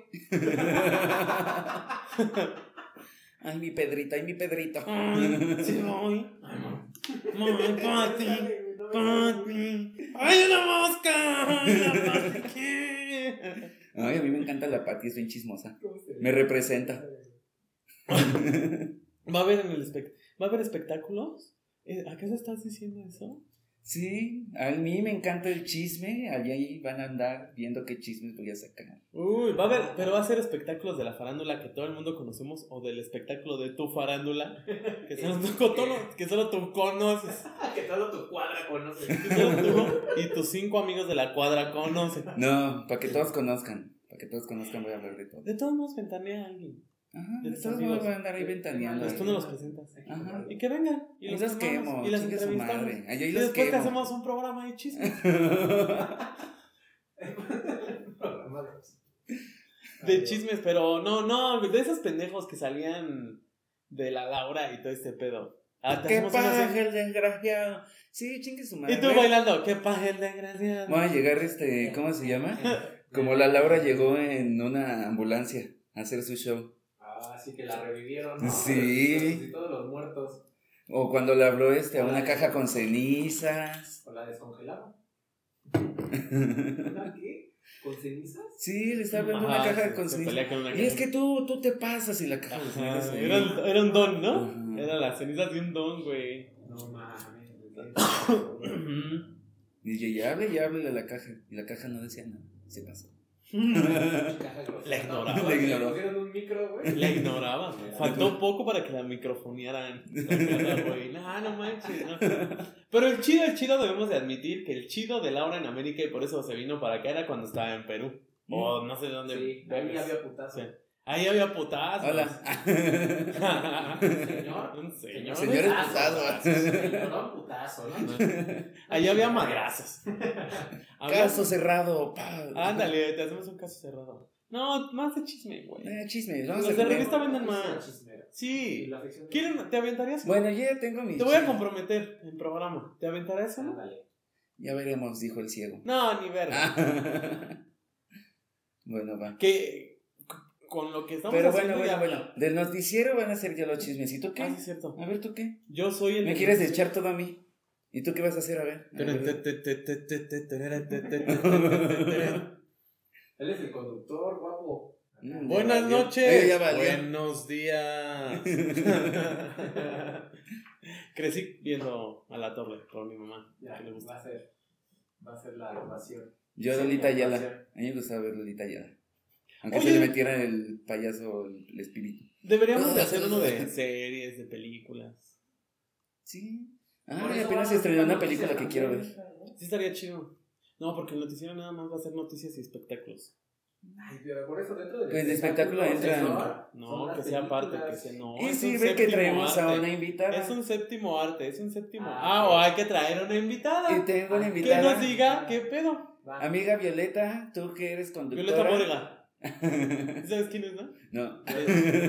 [SPEAKER 3] Ay, mi Pedrito, ay, mi Pedrito.
[SPEAKER 4] Ay, sí voy. Ay, Pati.
[SPEAKER 5] Dale, güey, no me-
[SPEAKER 4] ¡Ay, una mosca! ¡Ay, la parte qué!
[SPEAKER 3] Ay, a mí me encanta la Pati, es bien chismosa. (laughs)
[SPEAKER 5] ¿Cómo se
[SPEAKER 3] Me
[SPEAKER 5] llama?
[SPEAKER 3] representa.
[SPEAKER 4] ¿Va a haber, en el espect- ¿Va a haber espectáculos? Eh, ¿Acaso estás diciendo eso?
[SPEAKER 3] Sí, a mí me encanta el chisme. Allí van a andar viendo qué chismes voy a sacar.
[SPEAKER 4] Uy, va a
[SPEAKER 3] Ah.
[SPEAKER 4] haber, pero va a ser espectáculos de la farándula que todo el mundo conocemos o del espectáculo de tu farándula que solo
[SPEAKER 3] (laughs)
[SPEAKER 4] (laughs) tú, cono- que solo tú conoces.
[SPEAKER 5] Que solo tu cuadra conoce.
[SPEAKER 4] Que solo tú y tus cinco amigos de la cuadra conocen.
[SPEAKER 3] No, para que todos conozcan. Para que todos conozcan, voy a hablar de todo.
[SPEAKER 4] De todos modos, ventanea a alguien.
[SPEAKER 3] Ajá,
[SPEAKER 4] De tus
[SPEAKER 3] todos
[SPEAKER 4] amigos.
[SPEAKER 3] van a andar ahí ventaneando.
[SPEAKER 4] Pues tú no los presentas.
[SPEAKER 3] Ajá.
[SPEAKER 4] Y que vengan.
[SPEAKER 3] Y
[SPEAKER 4] Y
[SPEAKER 3] los quemo,
[SPEAKER 4] tomamos, Y las
[SPEAKER 3] chingue su
[SPEAKER 4] entrevistamos.
[SPEAKER 3] madre. Ahí, ahí
[SPEAKER 4] Y
[SPEAKER 3] los
[SPEAKER 4] después te
[SPEAKER 3] quemo.
[SPEAKER 4] hacemos un programa de chismes.
[SPEAKER 3] (laughs)
[SPEAKER 4] De chismes, pero no, no, de esos pendejos que salían de la Laura y todo este pedo. Ah, te
[SPEAKER 3] ¿Qué
[SPEAKER 4] hacemos una
[SPEAKER 3] paja
[SPEAKER 4] serie.
[SPEAKER 3] el desgraciado? Sí, chingue su madre.
[SPEAKER 4] Y tú bailando, qué paja el desgraciado.
[SPEAKER 3] Voy a llegar, este, ¿cómo se
[SPEAKER 5] (laughs)
[SPEAKER 3] llama? Como la Laura llegó en una ambulancia a hacer su show.
[SPEAKER 5] Ah, sí que la revivieron. ¿no?
[SPEAKER 3] Sí.
[SPEAKER 5] Los- los- todos los muertos.
[SPEAKER 3] O cuando le habló este a una caja con cenizas.
[SPEAKER 4] (laughs)
[SPEAKER 5] ¿O la descongelaron? ¿Una qué? ¿Con cenizas?
[SPEAKER 3] Sí, le está hablando a una
[SPEAKER 4] Ajá,
[SPEAKER 3] caja
[SPEAKER 4] se-
[SPEAKER 3] con
[SPEAKER 4] se
[SPEAKER 3] cenizas.
[SPEAKER 4] pelea con una
[SPEAKER 3] Y es
[SPEAKER 4] caja.
[SPEAKER 3] que tú, tú te pasas y la caja con
[SPEAKER 4] Ajá,
[SPEAKER 3] cenizas.
[SPEAKER 4] era,
[SPEAKER 3] ahí.
[SPEAKER 4] un- era un don, ¿no?
[SPEAKER 3] Ajá.
[SPEAKER 4] Era la ceniza de un don, güey.
[SPEAKER 5] No mames. güey.
[SPEAKER 4] Ujú. (laughs)
[SPEAKER 3] Y yo, ya hable, ya hable a la caja. Y la caja no decía nada. Se pasó.
[SPEAKER 5] Caja grosera.
[SPEAKER 4] La ignoraba.
[SPEAKER 5] No, le
[SPEAKER 3] La ignoró.
[SPEAKER 5] pusieron un micro, güey.
[SPEAKER 4] La ignoraba. (laughs) Faltó poco para que la microfonearan. (laughs) Ah, no manches. no. Pero el chido, el chido, debemos de admitir que el chido de Laura en América y por eso se vino para acá era cuando estaba en Perú. O no sé dónde.
[SPEAKER 5] Sí, ahí
[SPEAKER 4] vergas.
[SPEAKER 5] había putazo.
[SPEAKER 4] Sí. Ahí había putazos. (laughs)
[SPEAKER 3] Hola.
[SPEAKER 5] Señor.
[SPEAKER 4] Un señor.
[SPEAKER 3] Señores
[SPEAKER 5] putazo. (laughs)
[SPEAKER 3] putazo.
[SPEAKER 5] Señor putazo, ¿no?
[SPEAKER 4] Ahí había madrazos. Había-
[SPEAKER 3] Caso cerrado. pa.
[SPEAKER 4] Ándale, te hacemos un caso cerrado. No, más de chisme, güey.
[SPEAKER 3] Eh, chismes. Vamos
[SPEAKER 4] Los de
[SPEAKER 3] a
[SPEAKER 4] revista venden más.
[SPEAKER 5] Chismera. Y
[SPEAKER 4] Sí.
[SPEAKER 5] la ficción de-
[SPEAKER 4] ¿Quieren, ¿Te aventarías?
[SPEAKER 3] Bueno, yo ya tengo mi.
[SPEAKER 4] Te voy a
[SPEAKER 3] chisme.
[SPEAKER 4] comprometer en programa. ¿Te aventarás uno?
[SPEAKER 3] Ah,
[SPEAKER 5] Ándale.
[SPEAKER 3] Ya veremos, dijo el
[SPEAKER 4] (laughs)
[SPEAKER 3] ciego. (laughs)
[SPEAKER 4] No, ni
[SPEAKER 3] Ah.
[SPEAKER 4] verga.
[SPEAKER 3] bueno, va.
[SPEAKER 4] Que con lo que estamos
[SPEAKER 3] Pero bueno,
[SPEAKER 4] haciendo
[SPEAKER 3] bueno,
[SPEAKER 4] ya-
[SPEAKER 3] bueno. Del noticiero van a ser ya los chismes. ¿Y tú qué?
[SPEAKER 4] Ah, sí, es cierto.
[SPEAKER 3] A ver, ¿tú qué?
[SPEAKER 4] Yo soy el.
[SPEAKER 3] ¿Me quieres echar todo a mí? ¿Y tú qué vas a hacer? A ver. A ver. (laughs)
[SPEAKER 5] Él es el conductor, guapo.
[SPEAKER 3] Mm, bueno.
[SPEAKER 4] Buenas
[SPEAKER 3] valió.
[SPEAKER 4] noches.
[SPEAKER 3] Eh, ya valió.
[SPEAKER 4] Buenos días. (laughs) Crecí viendo a la torre con mi mamá.
[SPEAKER 5] Ya,
[SPEAKER 4] que le gusta.
[SPEAKER 5] va a ser. Va a ser la grabación.
[SPEAKER 3] Yo,
[SPEAKER 5] Sí,
[SPEAKER 3] Lolita
[SPEAKER 5] me
[SPEAKER 3] Ayala.
[SPEAKER 5] pareció.
[SPEAKER 3] A mí me gustaba ver Lolita Ayala. Aunque
[SPEAKER 4] Oye.
[SPEAKER 3] se le metiera el payaso, el, el espíritu.
[SPEAKER 4] Deberíamos
[SPEAKER 3] (laughs)
[SPEAKER 4] de hacer uno de series, de películas.
[SPEAKER 3] Sí.
[SPEAKER 5] Por
[SPEAKER 3] Ah, apenas se
[SPEAKER 5] eso vamos a
[SPEAKER 3] estrenó una
[SPEAKER 5] hacer
[SPEAKER 3] película que
[SPEAKER 5] noticia
[SPEAKER 3] quiero ver.
[SPEAKER 5] también, ¿no?
[SPEAKER 4] Sí estaría chido. No, porque el noticiero nada más va a ser noticias y espectáculos.
[SPEAKER 5] Ay, pero por eso dentro del
[SPEAKER 3] Pues de espectáculo
[SPEAKER 5] espectáculo,
[SPEAKER 3] entran.
[SPEAKER 5] señor, son
[SPEAKER 4] No,
[SPEAKER 5] las
[SPEAKER 4] que sea aparte, que
[SPEAKER 5] películas.
[SPEAKER 4] sea no.
[SPEAKER 3] y
[SPEAKER 4] es
[SPEAKER 3] sí,
[SPEAKER 4] un
[SPEAKER 3] ve que
[SPEAKER 4] séptimo
[SPEAKER 3] traemos a
[SPEAKER 4] arte.
[SPEAKER 3] una invitada.
[SPEAKER 4] Es un séptimo arte, es un séptimo. Ah,
[SPEAKER 5] Ah,
[SPEAKER 4] o hay que traer una invitada.
[SPEAKER 3] Y tengo una
[SPEAKER 5] Ah,
[SPEAKER 4] Que
[SPEAKER 3] invitada.
[SPEAKER 4] nos diga qué pedo.
[SPEAKER 5] Va.
[SPEAKER 3] Amiga Violeta, tú que eres conductora.
[SPEAKER 4] Violeta Borga. ¿Sabes quién es, no?
[SPEAKER 3] (laughs) no.
[SPEAKER 5] Yo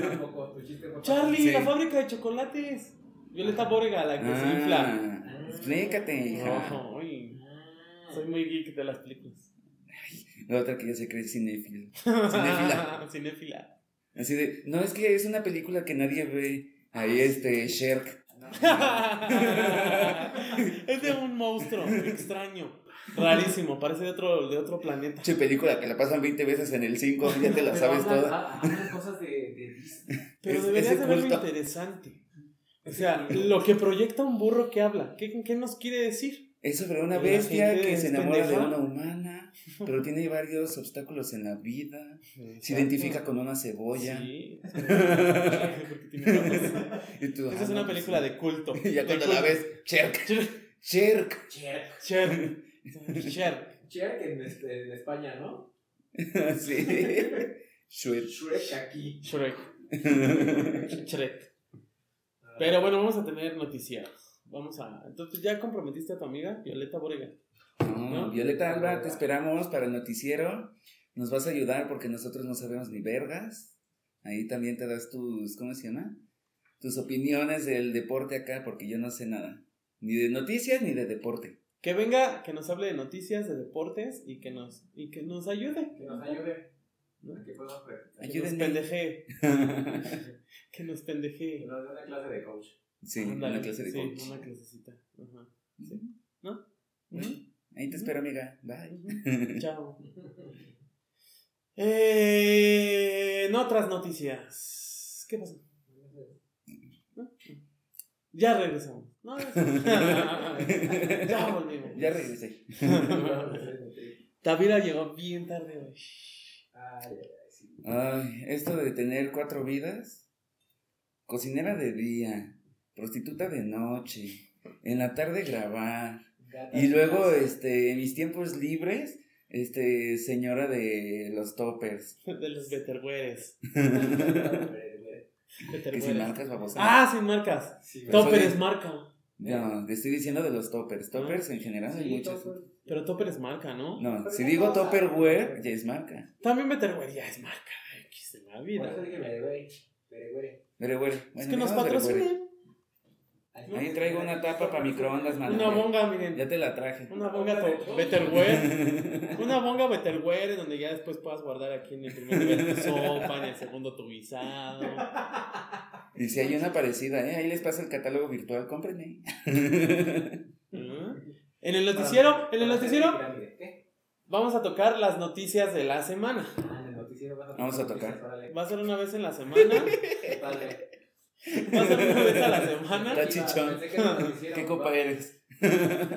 [SPEAKER 5] tampoco, tu chiste fue-
[SPEAKER 4] Charlie,
[SPEAKER 3] Sí.
[SPEAKER 4] la fábrica de chocolates. Violeta Borga, la que se pues infla.
[SPEAKER 3] Ah, explícate, hija.
[SPEAKER 4] No, ay,
[SPEAKER 5] Ah,
[SPEAKER 4] soy muy geek de las películas.
[SPEAKER 3] La otra que ya se cree cinéfila. Cinéfila.
[SPEAKER 4] (laughs) Cinéfila.
[SPEAKER 3] Así de, no, es que es una película que nadie ve. Ahí este,
[SPEAKER 4] (laughs)
[SPEAKER 3] Sherk.
[SPEAKER 5] no.
[SPEAKER 4] es de un monstruo extraño. Rarísimo, parece de otro, de otro planeta.
[SPEAKER 3] Che, película que la pasan 20 veces en el 5, ya te la
[SPEAKER 5] Pero
[SPEAKER 3] sabes
[SPEAKER 5] hablan-
[SPEAKER 3] toda.
[SPEAKER 5] ha- hablan cosas de, de Disney.
[SPEAKER 4] Pero
[SPEAKER 3] Es-
[SPEAKER 4] debería
[SPEAKER 3] ese
[SPEAKER 4] ser algo
[SPEAKER 3] culto.
[SPEAKER 4] interesante. O sea, lo que proyecta un burro que habla, ¿qué, qué nos quiere decir?
[SPEAKER 3] Es sobre una
[SPEAKER 4] La
[SPEAKER 3] bestia
[SPEAKER 4] gente
[SPEAKER 3] que
[SPEAKER 4] es
[SPEAKER 3] se enamora
[SPEAKER 4] pendeja.
[SPEAKER 3] de una humana, pero tiene varios obstáculos en la vida. Se identifica con una cebolla.
[SPEAKER 4] Sí. Porque tiene ojos.
[SPEAKER 3] Y tú,
[SPEAKER 4] Esa es
[SPEAKER 3] ah,
[SPEAKER 4] una
[SPEAKER 3] no, pues,
[SPEAKER 4] película de culto.
[SPEAKER 3] Y (laughs) ya
[SPEAKER 4] De
[SPEAKER 3] cuando la
[SPEAKER 4] culto.
[SPEAKER 3] ves, Sherk,
[SPEAKER 4] Cher-
[SPEAKER 3] Sherk.
[SPEAKER 5] Cher.
[SPEAKER 4] Cher. Cher.
[SPEAKER 5] Cher que en, este, en España, ¿no?
[SPEAKER 3] (laughs) Sí. Shrek.
[SPEAKER 5] (laughs)
[SPEAKER 3] (laughs)
[SPEAKER 5] Shrek aquí.
[SPEAKER 4] Shrek. Shrek. Pero bueno, vamos a tener noticias. Vamos a. Entonces, ¿ya comprometiste a tu amiga, Violeta Borega?
[SPEAKER 3] No,
[SPEAKER 4] ¿No?
[SPEAKER 3] Violeta Alba, te esperamos para el noticiero. Nos vas a ayudar porque nosotros no sabemos ni vergas. Ahí también te das tus, ¿cómo se llama? Tus opiniones del deporte acá porque yo no sé nada. Ni de noticias ni de
[SPEAKER 4] (laughs)
[SPEAKER 3] deporte.
[SPEAKER 4] Que venga, que nos hable de noticias, de deportes y que nos, y que nos ayude.
[SPEAKER 5] Ah, Que nos ayude. ¿no? Que podamos practicar.
[SPEAKER 4] Que nos
[SPEAKER 3] Ayúdenme.
[SPEAKER 4] pendejee. (laughs) Que nos
[SPEAKER 5] Que
[SPEAKER 4] pendejee.
[SPEAKER 5] nos dé una clase de
[SPEAKER 4] (laughs)
[SPEAKER 5] coach.
[SPEAKER 3] sí,
[SPEAKER 4] Ándale,
[SPEAKER 3] una clase de
[SPEAKER 4] sí,
[SPEAKER 3] coach.
[SPEAKER 4] una clasecita. Ajá.
[SPEAKER 3] Sí.
[SPEAKER 4] ¿No?
[SPEAKER 3] Bueno, Ahí te espero, amiga. Bye.
[SPEAKER 4] Ujú. Chao. (laughs) Eh, en otras noticias. ¿Qué pasó? ¿No? Ya regresamos. No, no, no. (laughs) ya volvimos.
[SPEAKER 3] (laughs) Ya regresé.
[SPEAKER 4] Tavira llegó bien tarde hoy.
[SPEAKER 5] Ay, ay, ay, sí.
[SPEAKER 3] Ay, esto de tener cuatro vidas. Cocinera de día, prostituta de noche, en la tarde grabar.
[SPEAKER 5] Gata
[SPEAKER 3] Y luego,
[SPEAKER 5] de
[SPEAKER 3] (laughs) este, en mis tiempos libres, este, señora de los
[SPEAKER 4] (laughs)
[SPEAKER 3] toppers.
[SPEAKER 4] De los Betterwares.
[SPEAKER 5] casa.
[SPEAKER 3] Que si
[SPEAKER 4] Betterwares.
[SPEAKER 3] marcas babosa.
[SPEAKER 4] Ah, sin marcas.
[SPEAKER 5] Sí,
[SPEAKER 3] Pero
[SPEAKER 4] Topper
[SPEAKER 3] soy-
[SPEAKER 4] es marca.
[SPEAKER 3] No, te estoy diciendo de los toppers. Toppers en general hay
[SPEAKER 5] Sí,
[SPEAKER 3] muchos.
[SPEAKER 5] todo-
[SPEAKER 4] Pero Topper es marca, ¿no?
[SPEAKER 3] No, si digo topperware, ya es marca.
[SPEAKER 4] También Betterware ya es marca. X de la
[SPEAKER 5] Por
[SPEAKER 4] vida.
[SPEAKER 5] eso dije bereguere, bereguere.
[SPEAKER 3] Pero bueno,
[SPEAKER 4] Es
[SPEAKER 3] bueno,
[SPEAKER 4] que nos
[SPEAKER 3] digamos, pero bueno.
[SPEAKER 4] patrocinen.
[SPEAKER 3] Ahí traigo una tapa para microondas, man.
[SPEAKER 4] Una bonga, miren.
[SPEAKER 3] Ya te la traje.
[SPEAKER 4] Una bonga to- Betterware. Una bonga Betterware en donde ya después puedas guardar aquí en el primer nivel tu sopa, en el segundo tu guisado.
[SPEAKER 3] (laughs) y si hay una parecida, ¿eh? Ahí les pasa el catálogo virtual, cómprenme.
[SPEAKER 4] ¿Ah? En el noticiero, en el
[SPEAKER 3] Ah,
[SPEAKER 4] noticiero vamos a tocar las noticias de la semana.
[SPEAKER 5] Ah, en el noticiero vas
[SPEAKER 3] Vamos a
[SPEAKER 5] noticias,
[SPEAKER 3] tocar.
[SPEAKER 5] órale.
[SPEAKER 4] Va a ser una vez en la
[SPEAKER 5] (laughs)
[SPEAKER 4] semana.
[SPEAKER 5] Dale.
[SPEAKER 4] Va a ser una vez a la semana.
[SPEAKER 3] Está chichón.
[SPEAKER 5] Pensé que en el noticiero
[SPEAKER 3] ¿Qué
[SPEAKER 5] iba-
[SPEAKER 3] copa eres? (laughs)
[SPEAKER 5] (laughs) Pensé que en el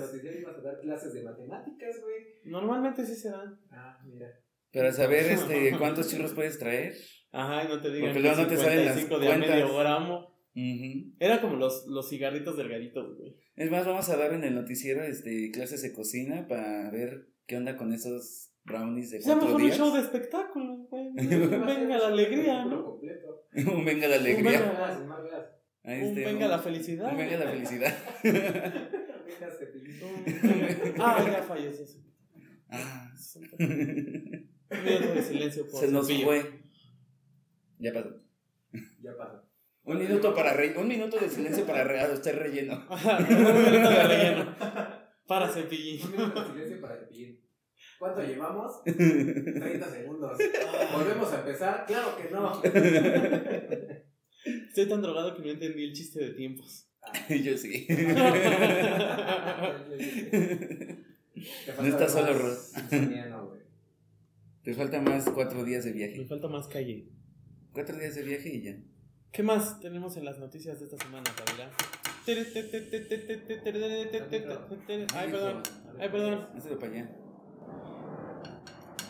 [SPEAKER 5] noticiero ibas a dar clases de matemáticas, güey.
[SPEAKER 4] Normalmente sí se dan.
[SPEAKER 3] (laughs)
[SPEAKER 5] Ah, mira.
[SPEAKER 3] Para saber
[SPEAKER 4] (laughs)
[SPEAKER 3] este, cuántos churros puedes traer.
[SPEAKER 4] Ajá, y no te digan
[SPEAKER 3] Porque
[SPEAKER 4] que
[SPEAKER 3] luego no te salen las
[SPEAKER 4] 55 de a medio
[SPEAKER 3] cuentas.
[SPEAKER 4] gramo.
[SPEAKER 3] Ujú.
[SPEAKER 4] Era como los, los cigarritos delgaditos, güey.
[SPEAKER 3] Es más, vamos a dar en el noticiero este, clases de cocina para ver qué onda con esos brownies de
[SPEAKER 4] Seamos
[SPEAKER 3] cuatro
[SPEAKER 4] un
[SPEAKER 3] días.
[SPEAKER 4] show de espectáculo,
[SPEAKER 3] (laughs)
[SPEAKER 4] güey. Venga la alegría, ¿no?
[SPEAKER 5] Completo.
[SPEAKER 3] un venga la alegría.
[SPEAKER 4] venga-
[SPEAKER 5] Más,
[SPEAKER 3] (laughs)
[SPEAKER 5] más veas.
[SPEAKER 3] Ahí
[SPEAKER 4] Un
[SPEAKER 3] este,
[SPEAKER 4] venga
[SPEAKER 3] un-
[SPEAKER 4] la felicidad.
[SPEAKER 3] un venga la felicidad.
[SPEAKER 4] (laughs)
[SPEAKER 5] Venga, se te hizo.
[SPEAKER 4] Un- (laughs) Ah, ya falleció.
[SPEAKER 3] Ah.
[SPEAKER 4] Un minuto de silencio por
[SPEAKER 3] Se nos
[SPEAKER 4] Cepillo.
[SPEAKER 3] fue. Ya pasó.
[SPEAKER 5] Ya pasó.
[SPEAKER 3] Un minuto para re- un minuto de silencio para re- usted relleno.
[SPEAKER 4] (laughs)
[SPEAKER 3] (laughs)
[SPEAKER 4] Ajá, un minuto de relleno. Para cepillín.
[SPEAKER 5] Un minuto de silencio para el pin. ¿Cuánto (laughs) llevamos? 30 segundos. ¿Volvemos a empezar? Claro que (laughs) no.
[SPEAKER 4] Estoy tan drogado que no entendí el chiste de tiempos.
[SPEAKER 3] Yo sí. (laughs)
[SPEAKER 5] Te falta
[SPEAKER 3] No estás
[SPEAKER 5] ver
[SPEAKER 3] solo,
[SPEAKER 5] más
[SPEAKER 3] Ruth.
[SPEAKER 5] siciliano, (laughs) güey.
[SPEAKER 3] Te faltan más cuatro días de
[SPEAKER 4] Me
[SPEAKER 3] viaje.
[SPEAKER 4] falta más calle.
[SPEAKER 3] Cuatro días de viaje y ya.
[SPEAKER 4] ¿Qué más tenemos en las noticias de esta semana, Tavira? Ay, perdón. Ay, perdón.
[SPEAKER 3] Hazlo para allá.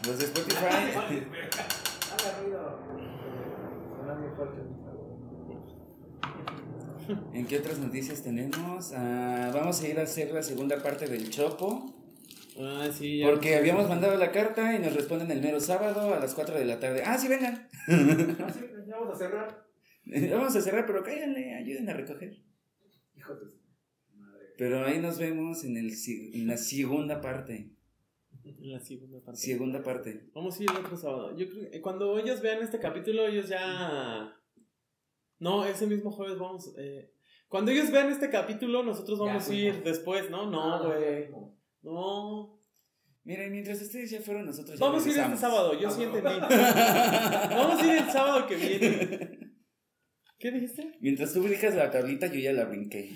[SPEAKER 3] Los de Spotify.
[SPEAKER 5] Haga ruido. Suena muy fuerte.
[SPEAKER 3] ¿En qué otras noticias tenemos? Ah, vamos a ir a hacer la segunda parte del Chopo.
[SPEAKER 4] Ah, sí, ya.
[SPEAKER 3] Porque habíamos mandado la carta y nos responden el mero sábado a las 4 de la tarde. Ah, sí, vengan. (laughs)
[SPEAKER 5] Ah, sí, ya vamos a cerrar.
[SPEAKER 3] Vamos a cerrar, pero cáiganle, ayuden a recoger.
[SPEAKER 5] Hijo de su madre.
[SPEAKER 3] Pero ahí nos vemos en, el, si- en la segunda parte.
[SPEAKER 4] En la segunda parte.
[SPEAKER 3] Segunda parte.
[SPEAKER 4] Vamos a ir el otro sábado. Yo creo que cuando ellos vean este capítulo, ellos ya. No, ese mismo jueves vamos. eh, Cuando ellos vean este capítulo, nosotros
[SPEAKER 5] Ya
[SPEAKER 4] vamos a ir
[SPEAKER 5] fuimos.
[SPEAKER 4] después, ¿no?
[SPEAKER 5] Ah,
[SPEAKER 4] No, güey.
[SPEAKER 5] no.
[SPEAKER 4] No.
[SPEAKER 3] Mira, y mientras ustedes ya fueron, nosotros ya
[SPEAKER 4] Vamos a ir este
[SPEAKER 3] regresamos.
[SPEAKER 4] sábado, yo
[SPEAKER 5] Ah,
[SPEAKER 4] sí
[SPEAKER 3] (laughs)
[SPEAKER 5] bueno.
[SPEAKER 4] entendí. Vamos a ir el sábado que viene. ¿Qué dijiste?
[SPEAKER 3] Mientras tú brincas la tablita, yo ya la
[SPEAKER 4] (laughs)
[SPEAKER 3] brinqué.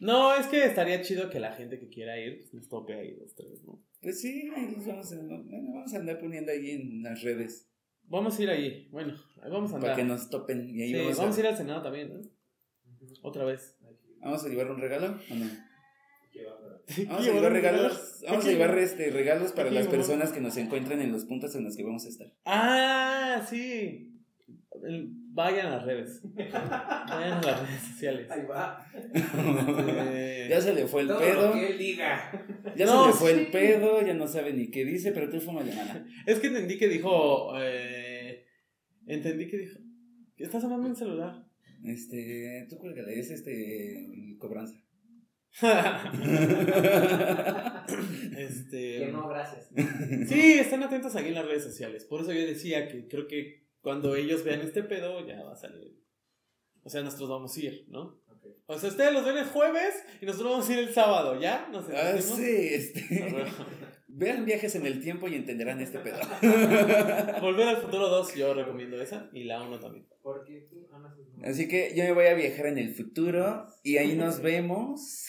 [SPEAKER 4] No, es que estaría chido que la gente que quiera ir pues, nos tope ahí los tres, ¿no?
[SPEAKER 3] pues sí, ahí los vamos a, bueno, vamos a andar poniendo ahí en las redes
[SPEAKER 4] Vamos a ir ahí. Bueno, ahí vamos a
[SPEAKER 3] para
[SPEAKER 4] andar.
[SPEAKER 3] que nos topen. Y ahí
[SPEAKER 4] Sí,
[SPEAKER 3] vamos, a,
[SPEAKER 4] vamos, a ir al Senado también, ¿no? Otra vez.
[SPEAKER 3] ¿Vamos a llevar un regalo o no?
[SPEAKER 5] Qué bárbaro.
[SPEAKER 3] Vamos a llevar regalos.
[SPEAKER 4] (laughs)
[SPEAKER 3] Vamos a llevar este, regalos para
[SPEAKER 4] Aquí,
[SPEAKER 3] las
[SPEAKER 4] mamá.
[SPEAKER 3] personas que nos encuentran en los puntos en los que vamos a estar. (laughs)
[SPEAKER 4] Ah, sí. El- Vayan a las redes. (laughs) Vayan a las redes sociales.
[SPEAKER 5] Ahí va.
[SPEAKER 4] Eh,
[SPEAKER 3] ya se le fue el
[SPEAKER 5] Todo
[SPEAKER 3] pedo.
[SPEAKER 5] lo que él diga.
[SPEAKER 3] Ya
[SPEAKER 4] No,
[SPEAKER 3] se le fue
[SPEAKER 4] sí.
[SPEAKER 3] el pedo, ya no sabe ni qué dice, pero tú fuma de mala.
[SPEAKER 4] Es que entendí que dijo. eh, entendí que dijo. que Está sonando un celular. (laughs)
[SPEAKER 3] Este, tú cuélgale, es este cobranza.
[SPEAKER 5] Que
[SPEAKER 3] Ah,
[SPEAKER 4] este.
[SPEAKER 5] no,
[SPEAKER 3] (laughs)
[SPEAKER 5] gracias.
[SPEAKER 4] Sí, están atentos aquí en las redes sociales. Por eso yo decía que creo que cuando ellos vean este pedo ya va a salir. O sea, nosotros vamos a ir, ¿no?
[SPEAKER 5] Ok.
[SPEAKER 4] O sea, ustedes los ven el jueves y nosotros vamos a ir el sábado, ¿ya? ¿Nos
[SPEAKER 3] ah,
[SPEAKER 4] entendimos?
[SPEAKER 3] sí, este. Vean viajes en el tiempo y entenderán este pedo. (laughs)
[SPEAKER 4] Volver al futuro 2, yo recomiendo esa y la 1 también.
[SPEAKER 5] Porque tú amas sus números.
[SPEAKER 3] Así que yo me voy a viajar en el futuro y ahí nos vemos.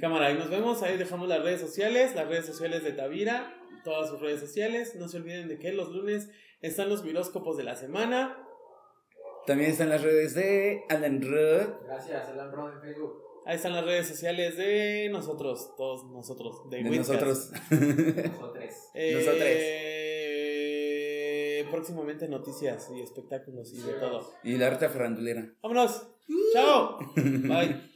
[SPEAKER 4] Cámara, ahí nos vemos, ahí dejamos las redes sociales, las redes sociales de Tavira, todas sus redes sociales. No se olviden de que los lunes están los viróscopos de la semana.
[SPEAKER 3] También están las redes de Alan Rudd.
[SPEAKER 5] Gracias, Alan Ron en Facebook.
[SPEAKER 4] Ahí están las redes sociales de nosotros, todos nosotros, de,
[SPEAKER 3] De
[SPEAKER 4] Witcast.
[SPEAKER 3] nosotros.
[SPEAKER 5] Dos o tres.
[SPEAKER 4] Eh, próximamente noticias y espectáculos y de todo.
[SPEAKER 3] y la harta farandulera.
[SPEAKER 4] Vámonos. Chao. Bye.